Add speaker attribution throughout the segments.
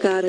Speaker 1: Cara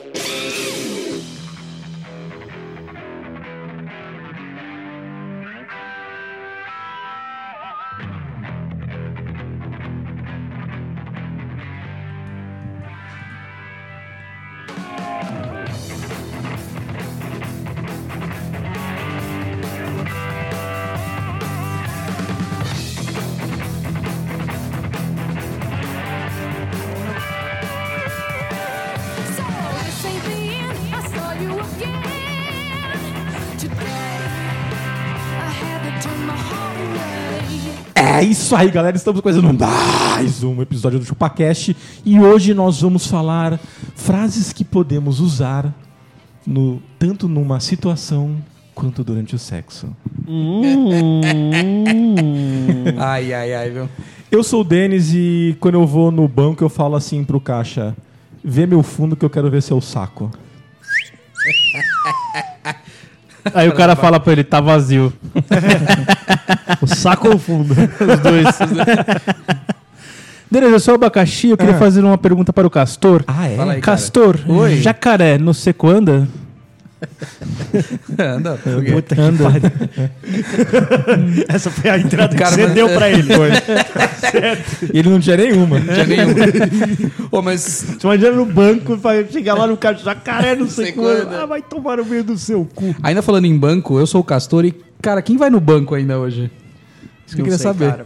Speaker 2: So this evening I saw you again today. I had to turn my heart away.
Speaker 3: É isso aí, galera. Estamos começando mais um episódio do ChupaCast. E hoje nós vamos falar frases que podemos usar no- tanto numa situação quanto durante o sexo.
Speaker 4: Ai, ai, ai, viu?
Speaker 3: Eu sou o Denis e quando eu vou no banco eu falo assim pro caixa: vê meu fundo que eu quero ver seu saco.
Speaker 5: Aí o cara fala pra ele, tá vazio. o saco ou o fundo? Os dois. Beleza, eu sou o Abacaxi, eu queria fazer uma pergunta para o Castor.
Speaker 3: Ah, é?
Speaker 4: Fala aí, cara.
Speaker 5: Castor,
Speaker 4: Oi.
Speaker 5: jacaré no seco anda?
Speaker 4: Anda, É, por quê?
Speaker 5: anda.
Speaker 6: Essa foi a entrada
Speaker 4: Cara,
Speaker 6: que você
Speaker 4: mas- é.
Speaker 6: deu pra ele.
Speaker 3: E ele não tinha nenhuma.
Speaker 6: É.
Speaker 4: Já nenhum. É. Ô, mas
Speaker 6: Você imagina no banco, vai chegar lá no cara, jacaré, não sei
Speaker 4: Sei
Speaker 6: quando.
Speaker 4: quando.
Speaker 6: Ah, vai tomar no meio do seu cu.
Speaker 4: ainda falando em banco, eu sou o Castor e, cara, quem vai no banco ainda hoje? Isso que eu
Speaker 6: Não
Speaker 4: queria
Speaker 6: sei,
Speaker 4: saber.
Speaker 6: cara.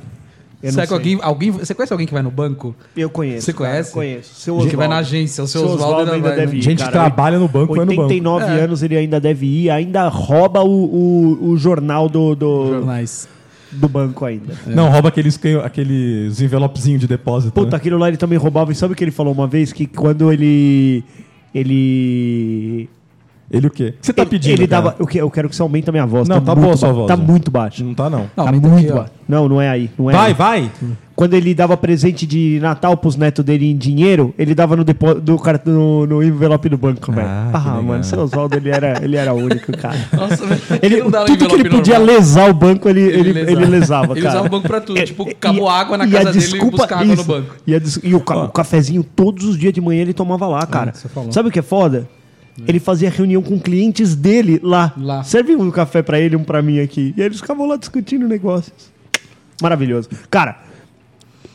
Speaker 6: Eu
Speaker 4: Será
Speaker 6: não
Speaker 4: que
Speaker 6: sei.
Speaker 4: alguém, alguém. Você conhece alguém que vai no banco?
Speaker 6: Eu conheço.
Speaker 4: Você
Speaker 6: cara,
Speaker 4: conhece?
Speaker 6: Conheço. Seu
Speaker 4: Gente que vai
Speaker 6: Oswaldo.
Speaker 4: na agência, o seu
Speaker 6: Seu
Speaker 4: Oswaldo
Speaker 6: Oswaldo
Speaker 4: ainda
Speaker 6: ainda
Speaker 4: vai, É.
Speaker 6: deve
Speaker 4: né?
Speaker 6: ir.
Speaker 3: Gente que
Speaker 6: cara,
Speaker 3: trabalha no banco, vai no banco.
Speaker 6: 89 anos ele ainda deve ir, ainda rouba o, o, o jornal do, do,
Speaker 4: Jornais.
Speaker 6: do banco ainda.
Speaker 4: Uhum.
Speaker 3: Não, rouba aqueles, canho- aqueles envelopezinhos de depósito.
Speaker 6: Puta,
Speaker 3: né?
Speaker 6: aquilo lá ele também roubava. E sabe o que ele falou uma vez? Que quando ele. Ele.
Speaker 3: Ele o quê? O que você tá
Speaker 6: ele,
Speaker 3: pedindo?
Speaker 6: Ele
Speaker 3: cara?
Speaker 6: dava. Eu, que- eu quero que você aumente a minha voz.
Speaker 3: Não, tá
Speaker 6: muito
Speaker 3: boa sua
Speaker 6: ba-
Speaker 3: voz,
Speaker 6: Tá
Speaker 3: né?
Speaker 6: muito baixo.
Speaker 3: Não tá, não.
Speaker 4: Não,
Speaker 6: Tá
Speaker 4: mas
Speaker 6: muito
Speaker 4: aqui, ó.
Speaker 6: baixo. Não, não é aí. Não é
Speaker 3: Vai,
Speaker 6: aí.
Speaker 3: vai.
Speaker 6: Quando ele dava presente de Natal pros netos dele em dinheiro, ele dava no, depo... do cara... no, no envelope do banco, velho.
Speaker 3: Ah,
Speaker 6: Ah,
Speaker 3: que legal.
Speaker 6: mano, seu Oswaldo, ele era, ele era único, cara.
Speaker 4: Nossa, velho.
Speaker 6: Ele,
Speaker 4: não dava
Speaker 6: tudo que ele
Speaker 4: envelope
Speaker 6: podia
Speaker 4: normal.
Speaker 6: lesar o banco, ele,
Speaker 4: Ele
Speaker 6: ele, ele,
Speaker 4: lesava.
Speaker 6: lesava, cara.
Speaker 4: Ele usava o banco pra tudo,
Speaker 6: É,
Speaker 4: tipo,
Speaker 6: e-
Speaker 4: acabou água na
Speaker 6: e a
Speaker 4: casa dele e
Speaker 6: desculpa-
Speaker 4: buscar água no
Speaker 6: isso.
Speaker 4: banco.
Speaker 6: E, a des- e o, ca- o cafezinho todos os dias de manhã ele tomava lá, cara.
Speaker 4: você falou.
Speaker 6: Sabe o que é foda? Ele fazia reunião com clientes dele lá.
Speaker 4: Lá.
Speaker 6: Serve um café pra ele, um pra mim aqui. E eles ficavam lá discutindo negócios. Maravilhoso. Cara,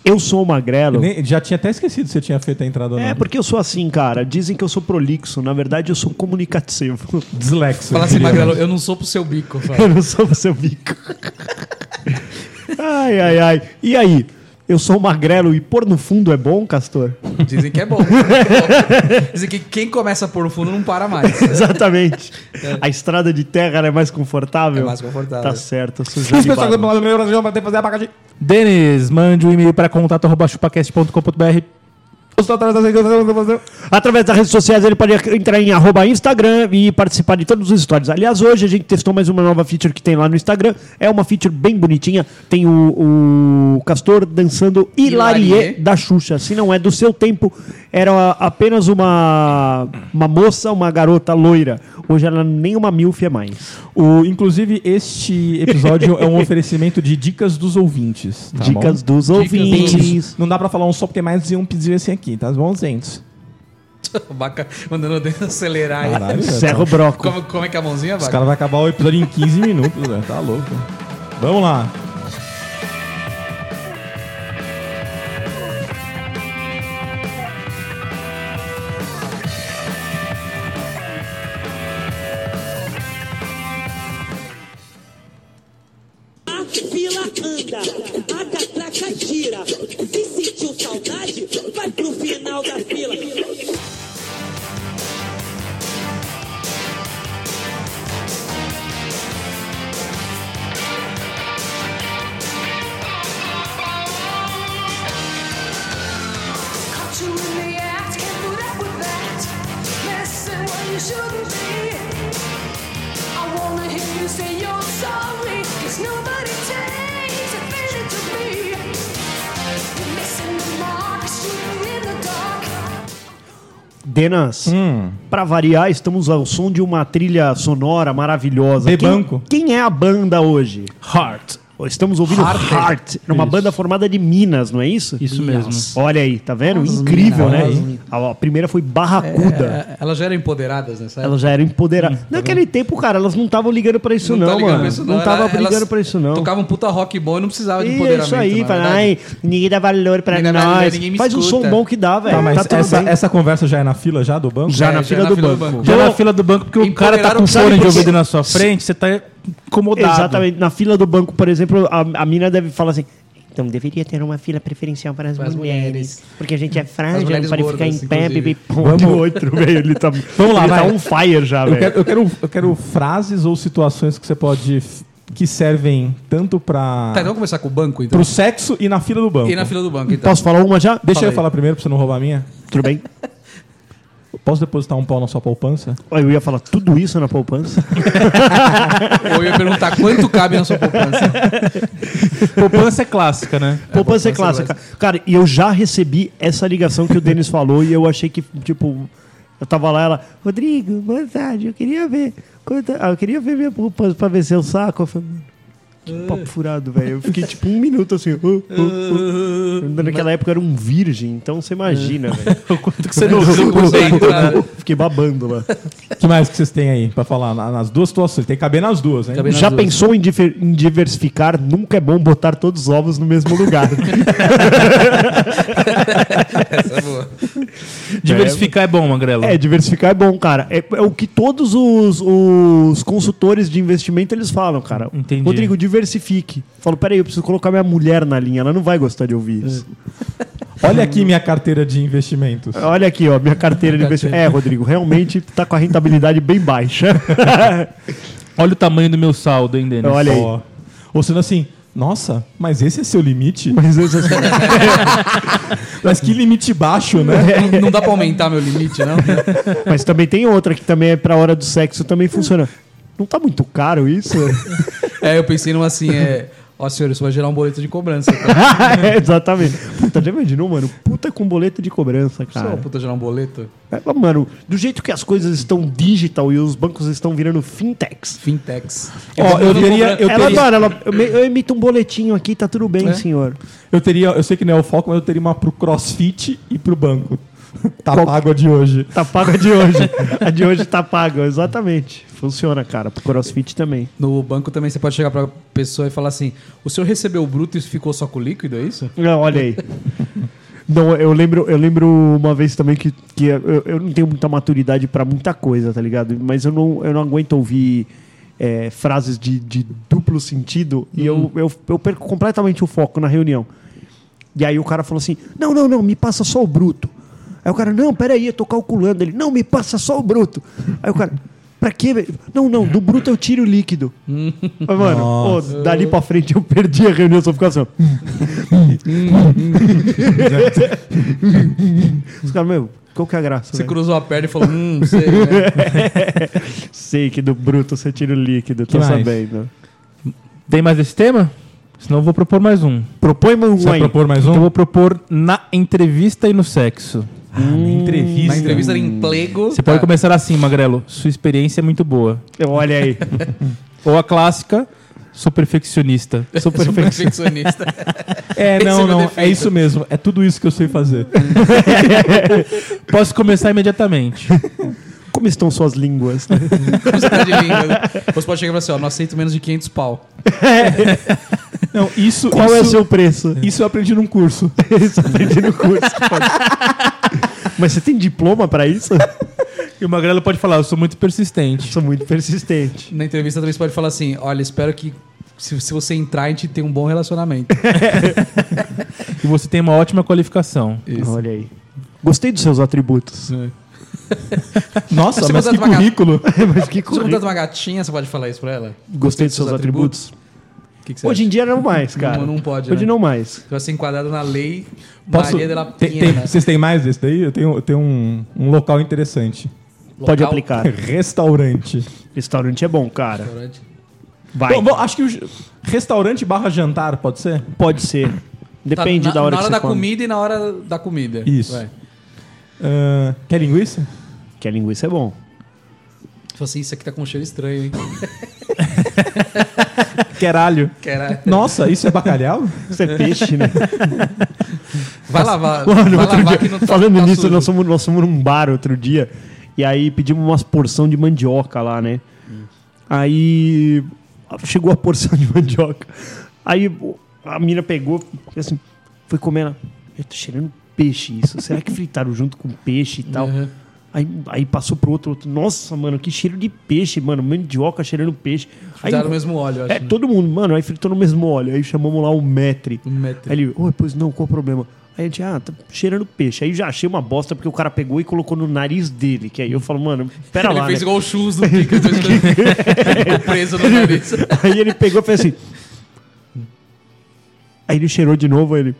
Speaker 6: eu sou magrelo.
Speaker 3: Nem- já tinha até esquecido se eu tinha feito a entrada ou não.
Speaker 6: É, porque eu sou assim, cara. Dizem que eu sou prolixo. Na verdade, eu sou comunicativo.
Speaker 3: Dislexo.
Speaker 4: Fala assim,
Speaker 3: eu diria.
Speaker 4: Magrelo, eu não sou pro seu bico. fala.
Speaker 6: Eu não sou o seu bico. ai, ai, ai. E aí? Eu sou magrelo e pôr no fundo é bom, Castor?
Speaker 4: Dizem que é bom. Bom, Dizem que quem começa por no fundo não para mais.
Speaker 6: Exatamente. A estrada de terra ela é mais confortável?
Speaker 4: É mais confortável.
Speaker 6: Tá certo.
Speaker 3: Os
Speaker 6: Sugeri
Speaker 3: pessoal do
Speaker 6: barba.
Speaker 3: lado do meu Brasil vai ter que fazer abacaxi.
Speaker 5: Denis, mande um e-mail para contato.chupacast.com.br.
Speaker 3: Os tataras das igrejas vão fazer-
Speaker 6: Através das redes sociais, ele pode entrar em arroba Instagram e participar de todos os stories. Aliás, hoje a gente testou mais uma nova feature que tem lá no Instagram. É uma feature bem bonitinha. Tem o, o Castor dançando Hilarie
Speaker 4: Hilarie.
Speaker 6: da Xuxa. Se não é do seu tempo, era apenas uma, uma moça, uma garota loira. Hoje ela nem uma milf é mais.
Speaker 3: O, inclusive, este episódio é um oferecimento de dicas dos ouvintes. tá
Speaker 6: Dicas
Speaker 3: bom?
Speaker 6: dos ouvintes.
Speaker 3: Ouvintes. Não dá pra falar um só, porque mais de um pedido assim aqui, tá bom, gente?
Speaker 4: O Baca mandando o dedo acelerar. aí.
Speaker 3: Caralho, velho.
Speaker 6: Serra o broco.
Speaker 4: Como, como é que é a mãozinha,
Speaker 3: Os
Speaker 4: Baca?
Speaker 3: caras vão acabar o episódio em 15 minutos, velho. Tá louco. Vamos lá.
Speaker 7: A fila anda, a catraca gira. Se sentiu saudade, vai pro final da fila.
Speaker 6: Denas,
Speaker 3: Hum.
Speaker 6: pra variar, estamos ao som de uma trilha sonora maravilhosa.
Speaker 3: De
Speaker 6: Quem-
Speaker 3: banco.
Speaker 6: Quem é a banda hoje?
Speaker 5: Heart.
Speaker 6: Estamos ouvindo Heart, era uma banda formada de Minas, não é isso?
Speaker 5: Isso mesmo.
Speaker 6: Olha aí, tá vendo? Incrível,
Speaker 3: Minas, olha
Speaker 6: né? A, a primeira foi Barracuda.
Speaker 4: É, elas já eram empoderadas nessa época.
Speaker 6: Elas já eram empoderadas. Naquele tempo, cara, elas não estavam ligando pra isso não,
Speaker 4: tá ligando
Speaker 6: mano.
Speaker 4: pra isso
Speaker 6: não tava
Speaker 4: Era-
Speaker 6: brigando
Speaker 4: elas
Speaker 6: pra isso não.
Speaker 4: Tocavam puta rock bom e não precisava de
Speaker 6: E é
Speaker 4: empoderamento.
Speaker 6: isso aí,
Speaker 4: na
Speaker 6: fala,
Speaker 4: verdade.
Speaker 6: ai, ninguém dá valor pra
Speaker 4: Ninguém dá valor,
Speaker 6: nós.
Speaker 4: ninguém me
Speaker 6: Faz um
Speaker 4: escuta.
Speaker 6: som bom que dá, velho.
Speaker 3: Tá, mas
Speaker 6: tudo
Speaker 3: essa,
Speaker 6: bem.
Speaker 3: essa conversa já é na fila já do banco?
Speaker 6: Já na
Speaker 4: é,
Speaker 6: fila do banco.
Speaker 5: Já na fila do banco, porque o cara tá com
Speaker 4: Empoderaram-
Speaker 5: fone de
Speaker 6: Sabe por quê?
Speaker 5: ouvido na sua frente, você tá incomodado.
Speaker 6: Exatamente. Na fila do banco, por exemplo, a, a mina deve falar assim. Então, deveria ter uma fila preferencial para as,
Speaker 4: Para as
Speaker 6: mulheres,
Speaker 4: mulheres.
Speaker 6: Porque a gente é
Speaker 4: As
Speaker 6: frágil,
Speaker 4: mulheres
Speaker 6: não pode ficar em
Speaker 4: gordas,
Speaker 6: pé,
Speaker 4: inclusive.
Speaker 6: bebê. Vamos outro, velho. Ele tá, Vamos
Speaker 3: lá,
Speaker 6: ele tá
Speaker 3: vai.
Speaker 6: on fire já,
Speaker 3: Eu
Speaker 6: velho.
Speaker 3: quero, eu, quero, eu quero frases ou situações que você pode. f- que servem tanto pra.
Speaker 4: Tá, então vamos começar com o banco, então.
Speaker 3: pro sexo e na fila do banco.
Speaker 4: E na fila do banco, então.
Speaker 6: Posso falar uma já?
Speaker 3: Deixa
Speaker 4: Fala
Speaker 3: eu
Speaker 4: aí.
Speaker 3: falar primeiro pra você não roubar a minha.
Speaker 6: Tudo bem?
Speaker 3: Eu Posso depositar um pau na sua poupança?
Speaker 6: Olha, Eu ia falar tudo isso na poupança.
Speaker 4: Ou eu ia perguntar quanto cabe na sua poupança.
Speaker 5: Poupança é clássica, né?
Speaker 6: poupança
Speaker 4: poupança
Speaker 6: é clássica. Cara, e eu já recebi essa ligação que o Denis falou e eu achei que, tipo, eu tava lá ela, Rodrigo, boa tarde, eu queria ver. quanto- ah, eu queria ver minha poupança pra ver seu saco. Eu falei, "Mano,
Speaker 5: É.
Speaker 6: que papo furado, velho. Eu fiquei tipo um minuto assim. "Oh, oh, oh." Naquela época eu era um virgem, então você imagina, velho.
Speaker 5: Quanto que É. você não usou por
Speaker 4: Sei,
Speaker 5: dentro?
Speaker 4: cara.
Speaker 6: Fiquei babando lá.
Speaker 3: O que mais que vocês têm aí pra falar? Na- Nas duas situações. Tem que caber nas duas, hein?
Speaker 4: Caber- Apenas
Speaker 6: Já
Speaker 4: duas.
Speaker 6: pensou em, difer- em diversificar? Nunca é bom botar todos os ovos no mesmo lugar.
Speaker 4: Essa é boa.
Speaker 5: Diversificar é bom, Magrelo.
Speaker 6: É, diversificar é bom, cara. É, é o que todos os, os consultores de investimento eles falam, cara.
Speaker 5: Entendi.
Speaker 6: Rodrigo, diversifique. Eu Falo, peraí, eu preciso colocar minha mulher na linha, ela não vai gostar de ouvir isso.
Speaker 3: Olha aqui minha carteira de investimentos.
Speaker 6: Olha aqui, ó, minha carteira de investimento. É, Rodrigo, realmente tá com a rentabilidade bem baixa.
Speaker 5: Olha o tamanho do meu saldo, hein, Denis?
Speaker 6: Olha aí.
Speaker 3: Ó. Ou sendo assim, nossa, mas esse é seu limite?
Speaker 6: Mas essas-
Speaker 3: Mas que limite baixo, né?
Speaker 4: Não, não dá pra aumentar meu limite, não?
Speaker 6: Mas também tem outra que também é pra hora do sexo, também funciona. Não tá muito caro isso?
Speaker 4: É, eu pensei numa assim, é... Ó, senhor, isso vai gerar um boleto de cobrança. Cara.
Speaker 6: É, exatamente. Puta, já imaginou, mano? Puta com boleto de cobrança,
Speaker 4: Só,
Speaker 6: cara.
Speaker 4: puta, gerar um boleto?
Speaker 6: É, mas, Mano, do jeito que as coisas estão digital e os bancos estão virando fintechs.
Speaker 4: Fintechs.
Speaker 3: Ó, eu teria- eu
Speaker 6: ela,
Speaker 3: teria-
Speaker 6: mano, ela, eu, me- eu emito um boletinho aqui, tá tudo bem,
Speaker 4: É?
Speaker 6: senhor.
Speaker 3: Eu teria, eu sei que não é o foco, mas eu teria uma pro crossfit e pro banco. Tá
Speaker 6: Qual-
Speaker 3: pago a de hoje.
Speaker 6: Tá pago a de hoje. a de hoje tá paga, exatamente. Funciona, cara. Pro CrossFit também.
Speaker 4: No banco também você pode chegar pra pessoa e falar assim: o senhor recebeu o bruto e ficou só com o líquido, é isso?
Speaker 6: Não, olha aí. Não, eu lembro, eu lembro uma vez também que, que eu, eu não tenho muita maturidade pra muita coisa, tá ligado? Mas eu não, eu não aguento ouvir é, frases de, de duplo sentido e
Speaker 3: Uhum.
Speaker 6: eu, eu, eu perco completamente o foco na reunião. E aí o cara falou assim: não, não, não, me passa só o bruto. Aí o cara, não, peraí, eu tô calculando. Ele, não, me passa só o bruto. Aí o cara, pra quê? velho? Não, não, do bruto eu tiro o líquido. Mas, mano, ô, dali pra frente eu perdi a reunião, só ficava assim. ó. Os caras, meu, qual que é a graça?
Speaker 4: Você
Speaker 6: velho?
Speaker 4: cruzou a perna e falou: hum, sei. né?"
Speaker 6: Sei que do bruto você tira o líquido, tô
Speaker 5: mais?
Speaker 6: sabendo.
Speaker 5: Tem mais esse tema? Senão eu vou propor mais um.
Speaker 6: Propõe mais
Speaker 3: Você
Speaker 6: um
Speaker 3: vai
Speaker 6: aí.
Speaker 3: propor mais
Speaker 5: Então eu
Speaker 3: um?
Speaker 5: vou propor na entrevista e no sexo.
Speaker 4: Na
Speaker 3: entrevista.
Speaker 4: entrevista de emprego.
Speaker 5: Você pode
Speaker 4: Ah,
Speaker 5: começar assim, Magrelo. Sua experiência é muito boa.
Speaker 6: Olha aí.
Speaker 5: Ou a clássica, sou perfeccionista.
Speaker 4: Sou perfeccionista.
Speaker 3: É,
Speaker 4: Esse é
Speaker 3: não,
Speaker 4: meu
Speaker 3: não. É
Speaker 4: defeito.
Speaker 3: isso mesmo. É tudo isso que eu sei fazer.
Speaker 5: Posso começar imediatamente.
Speaker 6: Como estão suas línguas?
Speaker 4: Você tá de língua, né? Você pode chegar e falar assim: ó, não aceito menos de 500 pau.
Speaker 3: Não, isso.
Speaker 6: Qual é o
Speaker 3: isso-
Speaker 6: seu preço?
Speaker 3: Isso eu aprendi num curso.
Speaker 6: Isso eu aprendi no curso. Mas você tem diploma pra isso?
Speaker 5: E o Magrelo pode falar, eu sou muito persistente.
Speaker 6: Sou muito persistente.
Speaker 4: Na entrevista também você pode falar assim: olha, espero que se, se você entrar, a gente tenha um bom relacionamento.
Speaker 5: E você tem uma ótima qualificação.
Speaker 4: Isso.
Speaker 6: Olha aí. Gostei dos seus atributos.
Speaker 3: Nossa,
Speaker 4: Você
Speaker 3: mas
Speaker 4: botar
Speaker 3: que
Speaker 4: numa ga-
Speaker 3: currículo.
Speaker 6: Mas
Speaker 4: Se você tá
Speaker 6: que coisa.
Speaker 4: contrata uma gatinha, você pode falar isso pra ela?
Speaker 6: Gostei dos seus atributos.
Speaker 4: O que, que você
Speaker 6: Hoje
Speaker 4: acha?
Speaker 6: em dia não mais, cara.
Speaker 4: Não- não pode,
Speaker 6: Hoje
Speaker 4: né?
Speaker 6: não mais.
Speaker 4: Você vai ser enquadrado na lei
Speaker 3: Posso?
Speaker 4: Maria dela
Speaker 3: Tem- tem-
Speaker 4: Penha.
Speaker 3: vocês têm mais desse daí? Eu tenho, eu tenho um, um local interessante.
Speaker 6: Pode aplicar.
Speaker 3: Restaurante.
Speaker 6: Restaurante é bom, cara. Vai.
Speaker 3: Bom, bom, acho que o j- restaurante barra jantar, pode ser?
Speaker 6: Pode ser. Depende
Speaker 4: Tá, na,
Speaker 6: da hora
Speaker 4: Na hora
Speaker 6: que
Speaker 4: da
Speaker 6: você come.
Speaker 4: comida e na hora da comida.
Speaker 3: Isso.
Speaker 4: Vai.
Speaker 3: Ah, quer linguiça?
Speaker 6: Que a linguiça é bom.
Speaker 4: Falei assim, isso aqui tá com um cheiro estranho, hein?
Speaker 3: Queralho.
Speaker 4: Caralho.
Speaker 3: Nossa, isso é bacalhau?
Speaker 6: Isso é peixe, né?
Speaker 4: Vai lavar.
Speaker 6: Mano,
Speaker 4: vai
Speaker 6: outro
Speaker 4: lavar
Speaker 6: dia,
Speaker 4: que não tá
Speaker 6: falando
Speaker 4: tá
Speaker 6: nisso,
Speaker 4: sujo.
Speaker 6: nós fomos, nós fomos num bar outro dia e aí pedimos umas porção de mandioca lá, né?
Speaker 4: Hum.
Speaker 6: Aí chegou a porção de mandioca. Aí o- a mina pegou, assim, foi comer ela. Eu tô cheirando peixe isso. Será que fritaram junto com peixe e tal?
Speaker 4: Uhum.
Speaker 6: Aí, aí passou pro outro, outro. Nossa, mano, que cheiro de peixe, mano. Mandioca cheirando peixe. Aí,
Speaker 4: Dá no mesmo óleo, eu acho.
Speaker 6: é,
Speaker 4: né?
Speaker 6: todo mundo, mano, aí fritou no mesmo óleo. Aí chamamos lá o metre.
Speaker 4: O metre.
Speaker 6: Aí ele, oi, pois não, qual o problema? Aí a gente, ah, tá cheirando peixe. Aí já achei uma bosta porque o cara pegou e colocou no nariz dele. Que aí eu falo, mano, pera
Speaker 4: Ele
Speaker 6: lá.
Speaker 4: fez
Speaker 6: né?
Speaker 4: igual o churros do Pica. Ficou preso no nariz.
Speaker 6: Aí ele pegou e fez assim. Aí ele cheirou de novo, aí ele.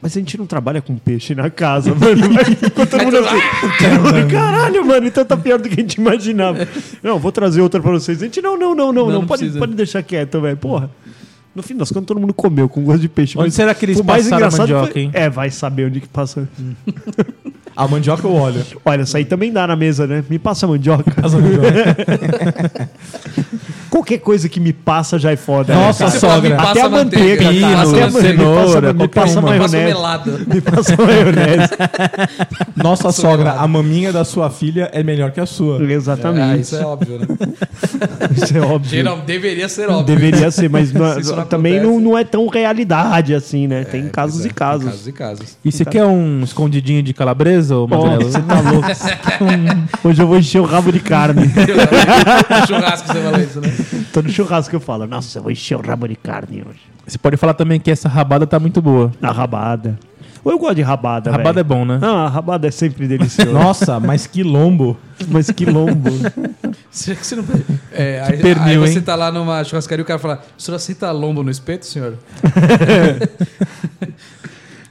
Speaker 6: Mas a gente não trabalha com peixe na casa, mano. Aí ficou todo mundo
Speaker 4: Então, né?
Speaker 6: assim. Caralho, mano, então tá pior do que a gente imaginava. Não, vou trazer outra pra vocês. A gente, não, não,
Speaker 4: É.
Speaker 6: não, não,
Speaker 4: Não,
Speaker 6: não.
Speaker 4: não
Speaker 6: pode,
Speaker 4: precisa.
Speaker 6: pode deixar quieto, velho. Porra. No fim das contas, todo mundo comeu com gosto de peixe.
Speaker 5: Onde
Speaker 6: mas
Speaker 5: será que eles
Speaker 6: o mais
Speaker 5: passaram a
Speaker 6: engraçado
Speaker 5: mandioca,
Speaker 6: foi-
Speaker 5: hein?
Speaker 6: É, vai saber onde que passa.
Speaker 3: A mandioca ou óleo?
Speaker 6: Olha, isso aí também dá na mesa, né? Me passa a mandioca. Qualquer coisa que me passa já é foda. né,
Speaker 5: Nossa,
Speaker 6: cara?
Speaker 5: Você sogra.
Speaker 4: fala, me
Speaker 6: Até
Speaker 4: passa
Speaker 6: a manteiga, é
Speaker 4: manteiga,
Speaker 5: pino,
Speaker 4: tá?
Speaker 6: até a
Speaker 4: Passa
Speaker 6: manteiga,
Speaker 5: né? cenoura,
Speaker 6: me
Speaker 5: qualquer
Speaker 6: passa
Speaker 5: uma. né?
Speaker 4: manteiga, Passa
Speaker 6: maionese.
Speaker 4: melada. É,
Speaker 6: Me passa maionese.
Speaker 3: Nossa
Speaker 6: é
Speaker 3: sogra, a maminha da sua filha é melhor que a sua.
Speaker 4: Ah,
Speaker 6: Exatamente.
Speaker 4: isso é óbvio, né?
Speaker 6: isso é óbvio.
Speaker 4: Geral, deveria ser óbvio.
Speaker 6: Deveria ser, mas não-
Speaker 4: Se isso não
Speaker 6: também
Speaker 4: acontece. É,
Speaker 6: não, não é tão realidade assim, né? Tem casos
Speaker 4: Exato,
Speaker 6: e casos.
Speaker 4: Casos e casos.
Speaker 5: E você quer um escondidinho de calabresa, ô
Speaker 6: Ó,
Speaker 5: Magrelo?
Speaker 6: tá? você tá louco. Hoje eu vou encher o rabo de carne.
Speaker 4: um Churrasco, você fala isso, né?
Speaker 6: Todo churrasco eu falo, nossa, eu vou encher o rabo de carne hoje.
Speaker 5: Você pode falar também que essa rabada tá muito boa.
Speaker 6: Na rabada. Ou eu gosto de rabada,
Speaker 5: rabada é
Speaker 6: velho.
Speaker 5: bom, né?
Speaker 6: Não, a rabada é sempre deliciosa.
Speaker 3: Nossa, mas que lombo.
Speaker 6: mas que lombo.
Speaker 4: Será que você não. É, aí,
Speaker 5: pernil,
Speaker 4: aí você
Speaker 5: hein?
Speaker 4: tá lá numa churrascaria e o cara fala: o senhor aceita lombo no espeto, senhor?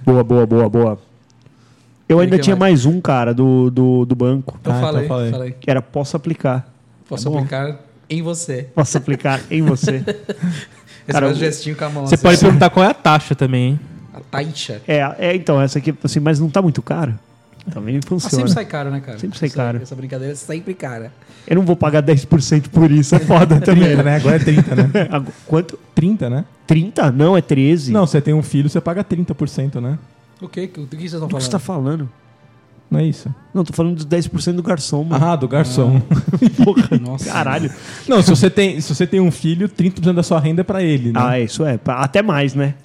Speaker 6: Boa, boa, boa, boa. Eu ainda
Speaker 4: que
Speaker 6: tinha
Speaker 4: mais?
Speaker 6: mais um, cara, do, do, do banco,
Speaker 4: Então
Speaker 3: Ah, então
Speaker 4: fala, aí,
Speaker 3: fala aí.
Speaker 4: fala aí.
Speaker 6: que era posso aplicar.
Speaker 4: Posso
Speaker 6: bom.
Speaker 4: aplicar em você.
Speaker 6: Posso aplicar em você.
Speaker 4: Esse
Speaker 6: Cara,
Speaker 4: faz um
Speaker 6: o-
Speaker 4: gestinho com a mão.
Speaker 5: Você
Speaker 4: assim,
Speaker 5: pode perguntar qual é a taxa também, hein?
Speaker 4: A taixa.
Speaker 6: É, é, então, essa aqui, assim, mas não tá muito caro. Também
Speaker 4: Ah,
Speaker 6: funciona.
Speaker 4: sempre sai caro, né, cara?
Speaker 6: Sempre Assim, sai
Speaker 4: Essa-
Speaker 6: caro.
Speaker 4: Essa brincadeira é sempre cara.
Speaker 6: Eu não vou pagar 10% por isso, é foda também.
Speaker 3: 30, né? Agora é 30, né?
Speaker 6: Agora, Quanto?
Speaker 3: 30, né?
Speaker 6: 30? Não, é 13.
Speaker 3: Não, você tem um filho, você paga 30%, né?
Speaker 4: O quê? O que vocês estão
Speaker 6: do que
Speaker 4: falando?
Speaker 6: você tá falando?
Speaker 3: Não é isso?
Speaker 6: Não, tô falando dos 10% do garçom, mano.
Speaker 3: Ah, do garçom.
Speaker 6: Ah, Porra,
Speaker 4: Nossa.
Speaker 6: caralho.
Speaker 3: Não, se você, tem, se você tem um filho, 30% da sua renda é pra ele, né?
Speaker 6: Ah, isso é. pra- Até mais, né?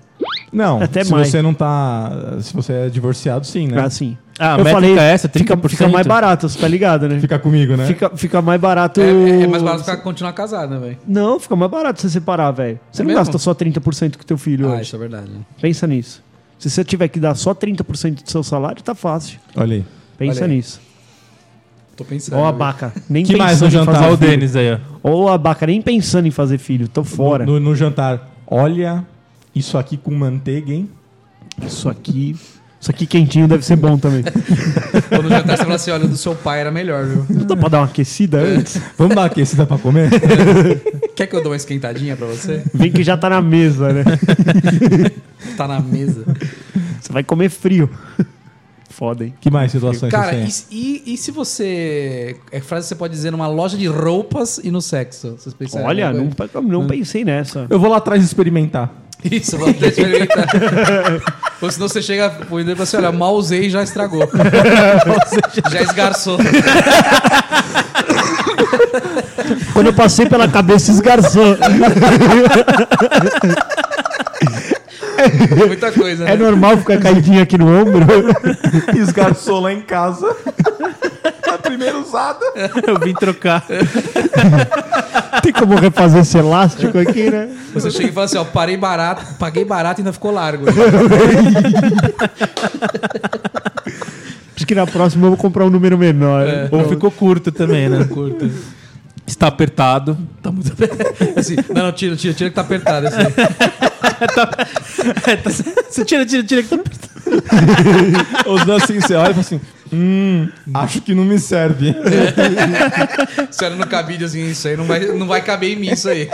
Speaker 3: não,
Speaker 6: até
Speaker 3: se
Speaker 6: mais.
Speaker 3: você não tá... Se você é divorciado, sim, né?
Speaker 6: Assim.
Speaker 5: Ah, a
Speaker 6: eu
Speaker 5: métrica
Speaker 6: falei,
Speaker 5: é essa,
Speaker 6: fica,
Speaker 5: 30%?
Speaker 6: fica mais barato, você tá ligado, né?
Speaker 3: Fica comigo, né?
Speaker 6: Fica, fica mais barato.
Speaker 4: É, é- é mais barato ficar, continuar casado, né, velho?
Speaker 6: Não, fica mais barato você separar, velho. Você
Speaker 4: É
Speaker 6: não
Speaker 4: mesmo?
Speaker 6: gasta só 30% com teu filho
Speaker 4: Ah,
Speaker 6: hoje.
Speaker 4: isso é verdade. né?
Speaker 6: Pensa nisso. Se você tiver que dar só 30% do seu salário, tá fácil.
Speaker 3: Olha aí.
Speaker 6: Pensa
Speaker 4: Olha aí.
Speaker 6: nisso.
Speaker 4: Tô pensando.
Speaker 6: Ó,
Speaker 4: né,
Speaker 6: a abaca. Nem
Speaker 3: Que mais no
Speaker 6: pensando em
Speaker 3: jantar?
Speaker 5: Casar
Speaker 6: fazer
Speaker 5: o
Speaker 6: filho.
Speaker 5: Denis aí, ó.
Speaker 6: Ô, abaca, nem pensando em fazer filho. Tô fora.
Speaker 3: No, no jantar, olha isso aqui com manteiga, hein?
Speaker 6: Isso aqui... Isso aqui quentinho deve ser bom também.
Speaker 4: velho? Quando jantar, você fala assim: olha, o do seu pai era melhor, viu?
Speaker 6: Não dá pra dar uma aquecida antes?
Speaker 3: Vamos dar uma aquecida pra comer?
Speaker 4: Quer que eu dê uma esquentadinha pra você?
Speaker 6: Vem que já tá na mesa, né?
Speaker 4: Tá na mesa.
Speaker 6: Você vai comer frio. Foda, hein?
Speaker 3: que mais
Speaker 6: é
Speaker 3: situações
Speaker 4: Cara,
Speaker 3: você
Speaker 4: e,
Speaker 3: tem?
Speaker 4: e- e se você. É frase que você pode dizer numa loja de roupas e no sexo? Vocês pensaram
Speaker 6: Olha, não,
Speaker 4: alguma
Speaker 6: não pensei nessa.
Speaker 3: Eu vou lá atrás experimentar.
Speaker 4: coisa? Isso, vamos ter que experimentar. Ou senão você chega pro vendedor e fala assim: olha, mal usei e já estragou. já esgarçou.
Speaker 6: Quando eu passei pela cabeça, esgarçou.
Speaker 4: Muita coisa, né?
Speaker 6: É normal ficar caidinho aqui no ombro?
Speaker 3: Esgarçou lá em casa. A primeira usada.
Speaker 5: Eu vim trocar.
Speaker 6: Tem como refazer esse elástico aqui, né?
Speaker 4: Você chega e fala assim: ó, parei barato, paguei barato e ainda ficou largo. Né?
Speaker 6: Acho que na próxima eu vou comprar um número menor.
Speaker 4: É.
Speaker 5: Ou ficou curto também, né?
Speaker 4: Curto.
Speaker 5: Está apertado.
Speaker 4: Tá muito assim, Não, não, tira, tira, tira que tá apertado. Assim.
Speaker 5: Você tira, tira, tira que tá apertado.
Speaker 3: Ou senão assim, você olha e fala assim: Acho que não me serve.
Speaker 4: Se era no cabide assim, isso aí não vai, não vai caber em mim isso aí.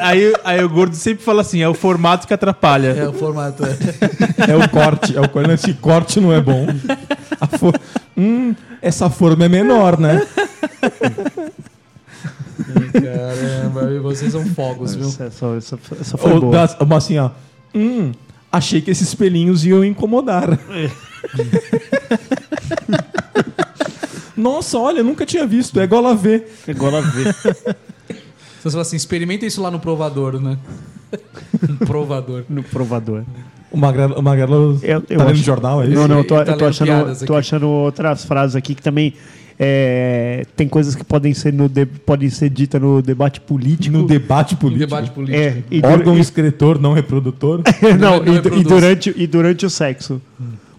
Speaker 5: Aí, aí o gordo sempre fala assim: é o formato que atrapalha.
Speaker 4: É o formato.
Speaker 3: É o corte. É o corte. Esse corte não é bom. A for- Hum, essa forma é menor, né?
Speaker 4: Caramba, vocês são fogos, viu?
Speaker 6: Essa, essa, essa foi
Speaker 3: Ou
Speaker 6: boa.
Speaker 3: das- uma assim, ó. Hum, achei que esses pelinhos iam incomodar.
Speaker 6: É.
Speaker 3: Nossa, olha, eu nunca tinha visto. É gola V.
Speaker 6: Agora vê.
Speaker 4: Você fala assim, experimenta isso lá no provador, né? Um provador.
Speaker 6: No provador.
Speaker 3: O Magrelo, o Magrelo
Speaker 6: Eu-
Speaker 3: tá
Speaker 6: eu
Speaker 3: lendo
Speaker 6: acho-
Speaker 3: jornal, é isso?
Speaker 6: Não, não, eu tô,
Speaker 4: Ele tá
Speaker 6: eu tô
Speaker 4: lendo piadas
Speaker 6: achando, tô
Speaker 4: aqui.
Speaker 6: achando outras frases aqui que também é, tem coisas que podem ser, no de- podem ser ditas no debate político.
Speaker 3: No debate
Speaker 4: Um
Speaker 3: político.
Speaker 4: debate político.
Speaker 6: É, e, dur-
Speaker 3: Órgão escritor, não reprodutor.
Speaker 6: e-
Speaker 4: Não,
Speaker 6: não,
Speaker 4: não
Speaker 6: e-
Speaker 4: reproduz.
Speaker 6: e durante, e durante o sexo.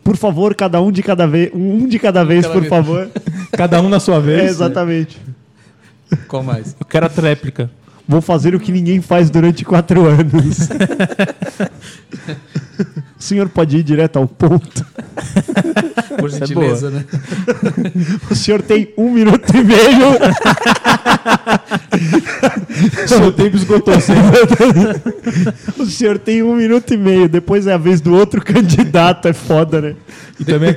Speaker 6: Por favor, cada um de cada vez, um de cada vez,
Speaker 4: cada
Speaker 6: por
Speaker 4: vez.
Speaker 6: favor.
Speaker 3: Cada um na sua
Speaker 6: É,
Speaker 3: vez.
Speaker 6: exatamente. É.
Speaker 4: Qual mais?
Speaker 5: Eu quero a tréplica.
Speaker 6: Vou fazer o que ninguém faz durante quatro anos. o senhor pode ir direto ao ponto.
Speaker 4: Por
Speaker 6: é
Speaker 4: gentileza, né?
Speaker 6: O senhor tem um minuto e meio.
Speaker 3: Seu tempo esgotou. Você
Speaker 6: O senhor tem um minuto e meio, depois é a vez do outro candidato, é foda, né?
Speaker 3: E também,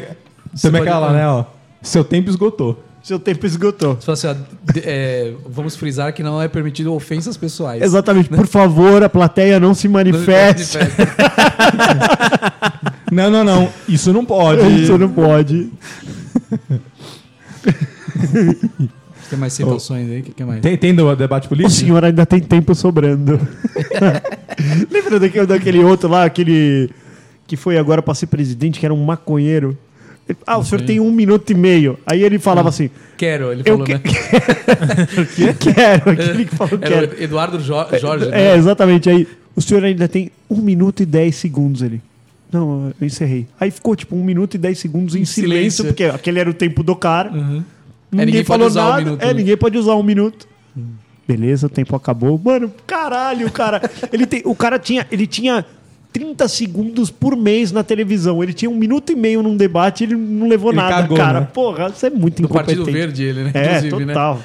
Speaker 3: também
Speaker 4: pode-
Speaker 3: aquela lá, né, ó. Seu tempo esgotou.
Speaker 6: Seu tempo esgotou.
Speaker 4: Você fala assim, ó, de- é, vamos frisar que não é permitido ofensas pessoais.
Speaker 6: Exatamente, por favor, a plateia não se
Speaker 4: Não é se
Speaker 6: manifeste.
Speaker 4: manifesta.
Speaker 3: Não, não, não. Isso não pode.
Speaker 6: Isso não pode.
Speaker 4: Tem mais citações aí? O que, que mais?
Speaker 3: Tem, tem do debate
Speaker 6: O
Speaker 3: político?
Speaker 6: senhor ainda tem tempo sobrando. Lembra daquele, daquele outro lá, aquele que foi agora pra ser presidente, que era um maconheiro? Ele- Ah, o senhor tem um minuto e meio. Aí ele falava assim:
Speaker 4: Quero, ele
Speaker 6: Eu
Speaker 4: falou, né?
Speaker 6: quero, aquele que falou
Speaker 4: Era
Speaker 6: quero.
Speaker 4: o Eduardo Jo- Jorge, né?
Speaker 6: É, exatamente. Aí o senhor ainda tem 1 minuto e 10 segundos ali. Não, eu encerrei. Aí ficou tipo 1 minuto e 10 segundos em, silêncio,
Speaker 4: silêncio.
Speaker 6: porque aquele era o tempo do cara. Ninguém,
Speaker 4: É, ninguém pode
Speaker 6: falou
Speaker 4: usar um
Speaker 6: nada.
Speaker 4: minuto,
Speaker 6: é,
Speaker 4: né?
Speaker 6: ninguém pode usar um minuto. Beleza, o tempo acabou. Mano, caralho, o cara. Ele tem, o cara tinha. Ele tinha 30 segundos por mês na televisão. Ele tinha um minuto e meio num debate ele não levou
Speaker 3: Ele
Speaker 6: nada.
Speaker 3: cagou,
Speaker 6: cara,
Speaker 3: né?
Speaker 6: porra, isso é muito
Speaker 4: Do Partido
Speaker 6: incompetente.
Speaker 4: Verde, ele, né?
Speaker 6: É,
Speaker 4: né?
Speaker 6: total.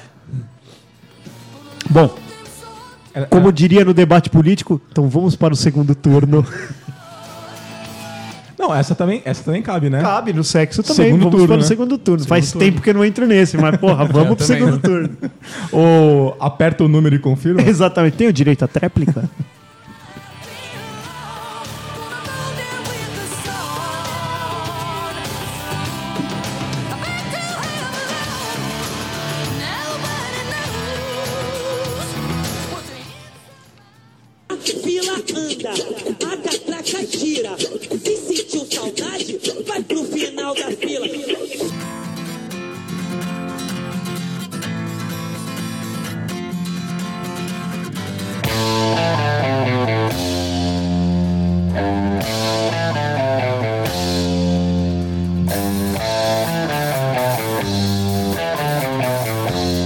Speaker 6: Bom,
Speaker 3: Era-
Speaker 6: como diria no debate político, então vamos para o segundo turno.
Speaker 3: Não, essa também, essa também cabe, né?
Speaker 6: Cabe no sexo também,
Speaker 3: Segundo
Speaker 6: vamos
Speaker 3: turno,
Speaker 6: para o
Speaker 3: né?
Speaker 6: segundo turno. Faz tempo que eu não entro nesse, mas porra, vamos para o
Speaker 4: também,
Speaker 6: segundo
Speaker 4: né?
Speaker 6: turno.
Speaker 3: Ou aperta o número e confirma.
Speaker 6: Exatamente, tenho direito à tréplica?
Speaker 7: A fila anda, a catraca gira. Se sentiu saudade, vai pro final da fila.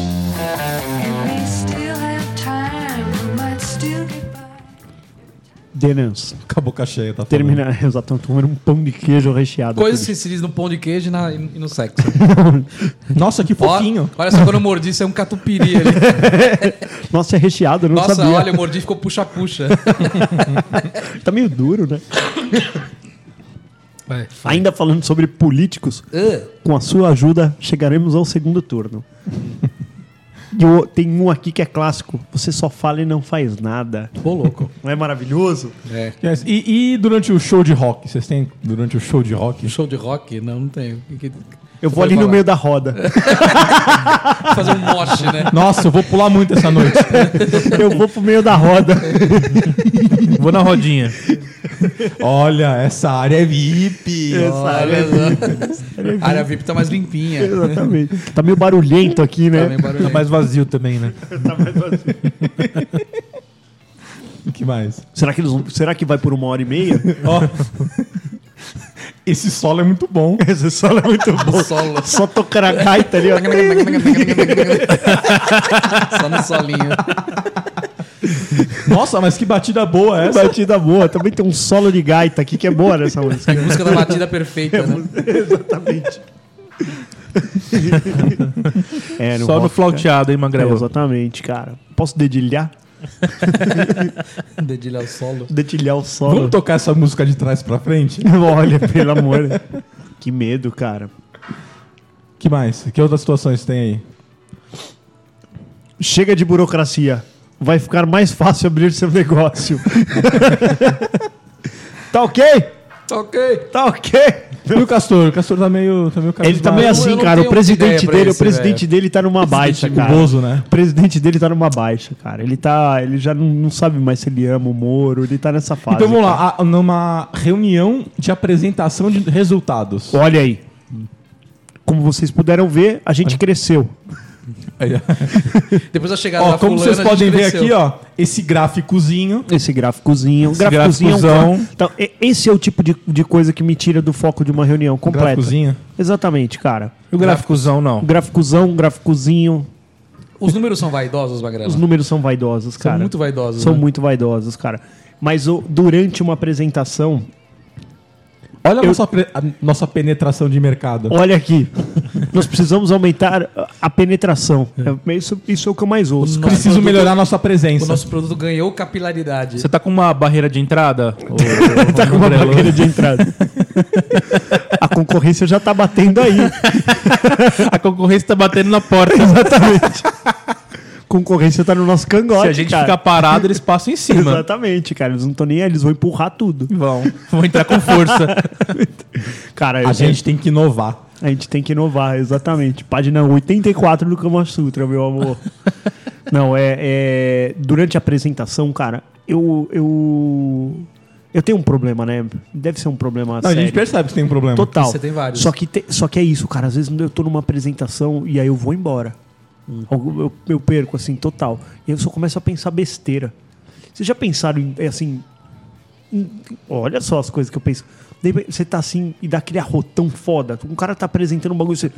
Speaker 2: We still have time, we might still get by.
Speaker 6: Denans.
Speaker 3: Com a boca cheia, tá falando.
Speaker 6: Termina. Exatamente, comendo um pão de queijo recheado.
Speaker 4: Coisas que se diz no pão de queijo e, na- e no sexo.
Speaker 3: Nossa, que
Speaker 4: Ó,
Speaker 3: fofinho.
Speaker 4: olha só, quando eu mordi, isso é um catupiry ali.
Speaker 6: Nossa, é recheado, eu não
Speaker 4: Nossa,
Speaker 6: sabia.
Speaker 4: olha, eu mordi e ficou puxa-puxa.
Speaker 6: Tá meio duro, né?
Speaker 4: Vai.
Speaker 6: Ainda falando sobre políticos,
Speaker 4: Ah,
Speaker 6: Com a sua ajuda, chegaremos ao segundo turno. E o- tem um aqui que é clássico. Você só fala e não faz nada.
Speaker 4: Ô, louco.
Speaker 6: Não é maravilhoso?
Speaker 4: É.
Speaker 3: Yes, E, e durante o show de rock? Vocês têm durante o show de rock?
Speaker 4: Um Show de rock? Não, não tenho. O que que-
Speaker 6: Eu vou
Speaker 4: Pode
Speaker 6: ali no
Speaker 4: falar.
Speaker 6: meio da roda.
Speaker 4: Fazer um moche, né?
Speaker 3: Nossa, eu vou pular muito essa noite.
Speaker 6: Eu vou pro meio da roda.
Speaker 5: Vou na rodinha.
Speaker 3: Olha, essa área é VIP.
Speaker 4: Olha só. A área VIP tá mais limpinha.
Speaker 6: é Exatamente. Tá meio barulhento aqui,
Speaker 4: Tá
Speaker 6: né?
Speaker 4: meio barulhento.
Speaker 3: vazio também, né?
Speaker 6: Tá
Speaker 3: O que mais?
Speaker 6: Será que, eles vão- será que vai por uma hora e meia?
Speaker 3: Ó. Esse solo é muito bom.
Speaker 6: Esse solo é muito bom.
Speaker 4: Solo.
Speaker 6: Só tocar a gaita ali, ó.
Speaker 4: Só no solinho.
Speaker 3: Nossa, mas que batida boa essa.
Speaker 6: Batida boa. Também tem um solo de gaita aqui que é boa nessa música.
Speaker 4: Música da batida perfeita, né?
Speaker 6: Exatamente. É,
Speaker 5: Só no
Speaker 6: rock,
Speaker 5: flauteado, hein,
Speaker 6: cara. É,
Speaker 5: Magrelo?
Speaker 6: exatamente, cara. Posso dedilhar?
Speaker 4: Dedilhar o solo.
Speaker 6: Dedilhar o solo.
Speaker 3: Vamos tocar essa música de trás pra frente?
Speaker 6: Olha, pelo amor. Que medo, cara.
Speaker 3: que mais? Que outras situações tem aí?
Speaker 6: Chega de burocracia. Vai ficar mais fácil abrir seu negócio. tá ok?
Speaker 4: Ok.
Speaker 6: Tá ok.
Speaker 3: E o Castor? O Castor tá meio. Tá meio
Speaker 6: Ele tá meio
Speaker 3: cabisbaixo.
Speaker 6: assim,
Speaker 4: não
Speaker 6: cara. O
Speaker 4: tenho muita ideia
Speaker 6: presidente
Speaker 4: pra
Speaker 6: dele, o
Speaker 4: esse,
Speaker 6: presidente dele tá numa baixa, cara.
Speaker 3: bozo, né?
Speaker 6: O presidente dele tá numa baixa, cara. Ele tá, ele já não, não sabe mais se ele ama o Moro, ele tá nessa fase.
Speaker 3: Então vamos lá, a- numa reunião de apresentação de resultados.
Speaker 6: cara. Olha aí. Como vocês puderam ver, a gente cresceu.
Speaker 3: Aí, ó.
Speaker 4: Depois da chegada
Speaker 3: Ó,
Speaker 4: da
Speaker 3: como
Speaker 4: fulana,
Speaker 3: vocês
Speaker 4: a gente
Speaker 3: podem ver
Speaker 4: cresceu.
Speaker 3: aqui, ó, esse gráficozinho.
Speaker 5: Esse
Speaker 6: Esse gráficozinho. gráficozinho é um
Speaker 5: gráficozão.
Speaker 6: ca- então, e- esse é o tipo de, de coisa que me tira do foco de uma reunião completa.
Speaker 3: Gráficozinho.
Speaker 6: Exatamente, cara.
Speaker 5: E o gráficozão, não.
Speaker 6: Um Gráficozão, um gráficozinho.
Speaker 4: Os números são vaidosos, Magrela.
Speaker 6: Os números são vaidosos, cara.
Speaker 4: muito vaidosos,
Speaker 6: São
Speaker 4: né?
Speaker 6: muito vaidosos, cara. Mas o- durante uma apresentação,
Speaker 3: Olha a,
Speaker 6: Eu-
Speaker 3: nossa, pre- a nossa penetração de mercado.
Speaker 6: olha aqui, nós precisamos aumentar a penetração. É, isso, isso é o que eu mais ouço, cara.
Speaker 3: Preciso melhorar a nossa
Speaker 4: O
Speaker 3: presença.
Speaker 4: nosso produto ganhou capilaridade.
Speaker 5: Você tá com uma barreira de entrada?
Speaker 6: Tá com uma barreira de entrada. a concorrência já tá batendo aí.
Speaker 5: A concorrência tá batendo na porta.
Speaker 6: Exatamente. concorrência tá no nosso cangote,
Speaker 5: Se a gente
Speaker 6: cara.
Speaker 5: ficar parado, eles passam em cima.
Speaker 6: Exatamente, cara. Eles não estão nem aí, eles vão empurrar tudo.
Speaker 5: Vão. Vão entrar com força.
Speaker 6: Cara, eu-
Speaker 3: A gente tem que inovar.
Speaker 6: a gente tem que inovar, exatamente. Página 84 do Kama Sutra, meu amor. não, é, é- Durante a apresentação, cara, eu. Eu, eu tenho um problema, né? Deve ser um problema
Speaker 3: Não,
Speaker 6: sério.
Speaker 3: a gente percebe que tem um problema.
Speaker 6: Total.
Speaker 4: Você tem vários.
Speaker 6: Só que, te- só que é isso, cara. Às vezes eu tô numa apresentação e aí eu vou embora. Algo- Eu, eu perco, assim, total. E aí eu só começo a pensar besteira. Vocês já pensaram em, é assim. em- olha só as coisas que eu penso. De repente, Você tá assim e dá aquele arrotão foda. Um cara tá apresentando um bagulho e você.